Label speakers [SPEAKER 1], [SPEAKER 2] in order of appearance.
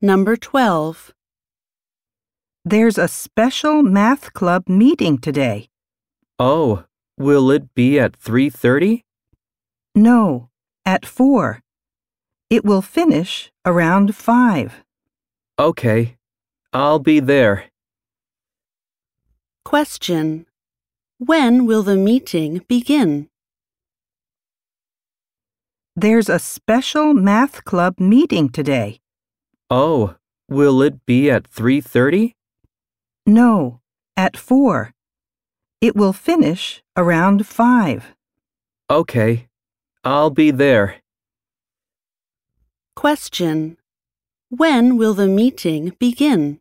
[SPEAKER 1] Number 12.
[SPEAKER 2] There's a special math club meeting today.
[SPEAKER 3] Oh, will it be at 3:30?
[SPEAKER 2] No, at 4. It will finish around 5.
[SPEAKER 3] Okay. I'll be there.
[SPEAKER 1] Question. When will the meeting begin?
[SPEAKER 2] There's a special math club meeting today.
[SPEAKER 3] Oh, will it be at 3:30?
[SPEAKER 2] No, at 4. It will finish around 5.
[SPEAKER 3] Okay. I'll be there.
[SPEAKER 1] Question. When will the meeting begin?